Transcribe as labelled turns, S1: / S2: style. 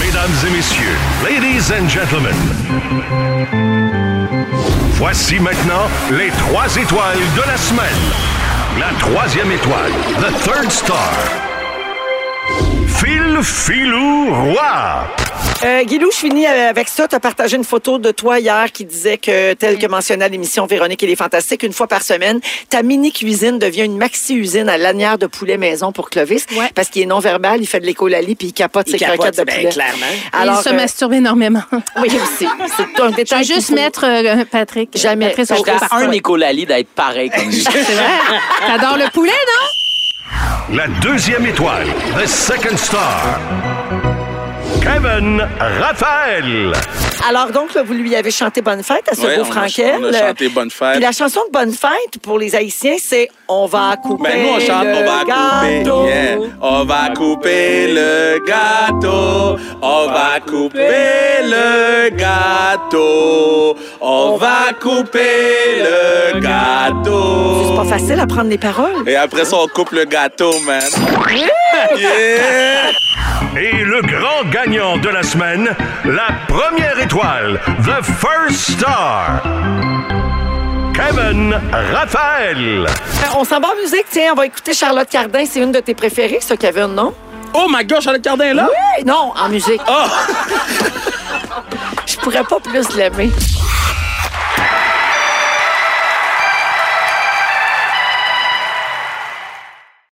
S1: Mesdames et messieurs, ladies and gentlemen, voici maintenant les trois étoiles de la semaine. La troisième étoile, the third star, Phil Philou Roy.
S2: Euh, Guilou, je finis avec ça. Tu as partagé une photo de toi hier qui disait que, tel que mentionné à l'émission Véronique et les Fantastiques, une fois par semaine, ta mini-cuisine devient une maxi-usine à lanière de poulet maison pour Clovis.
S3: Ouais.
S2: Parce qu'il est non-verbal, il fait de l'écolalie puis il capote ses
S4: capote,
S2: croquettes de
S4: ben,
S2: poulet.
S4: clairement.
S3: Alors,
S2: Alors,
S3: il se
S2: euh,
S3: masturbe énormément.
S2: oui, aussi. C'est un
S3: Je veux
S2: détail. qu'il
S3: juste
S2: faut-
S3: mettre euh, Patrick.
S2: Jamais.
S3: Patrick
S2: J'étais
S3: Saucourt
S4: J'étais
S3: par
S4: à un
S3: contre.
S4: Nicolali d'être pareil comme lui.
S3: C'est vrai. T'adores le poulet, non?
S1: La deuxième étoile, the second star, Kevin Raphaël.
S2: Alors donc, là, vous lui avez chanté Bonne fête à ce
S5: Ouais,
S2: beau
S5: on a-
S2: Frankel. Euh,
S5: on a chanté Bonne fête.
S2: Puis la chanson de Bonne fête, pour les Haïtiens, c'est « On va couper
S5: Ben nous on chante,
S2: le
S5: on va
S2: gâteau.
S5: couper, yeah. on va couper le gâteau, on va couper le gâteau, on va couper le
S2: C'est pas
S5: gâteau.
S2: facile à prendre les paroles.
S5: Et après ça on coupe le gâteau, man. Yeah!
S1: Et le grand gagnant de la semaine, la première étoile, The First Star, Kevin Raphaël.
S2: Euh, On s'en va en musique, tiens, on va écouter Charlotte Cardin. C'est une de tes préférées, ça, Kevin, non?
S5: Oh my gosh, Charlotte Cardin est là. Oh.
S2: Non, en musique. Je pourrais pas plus l'aimer.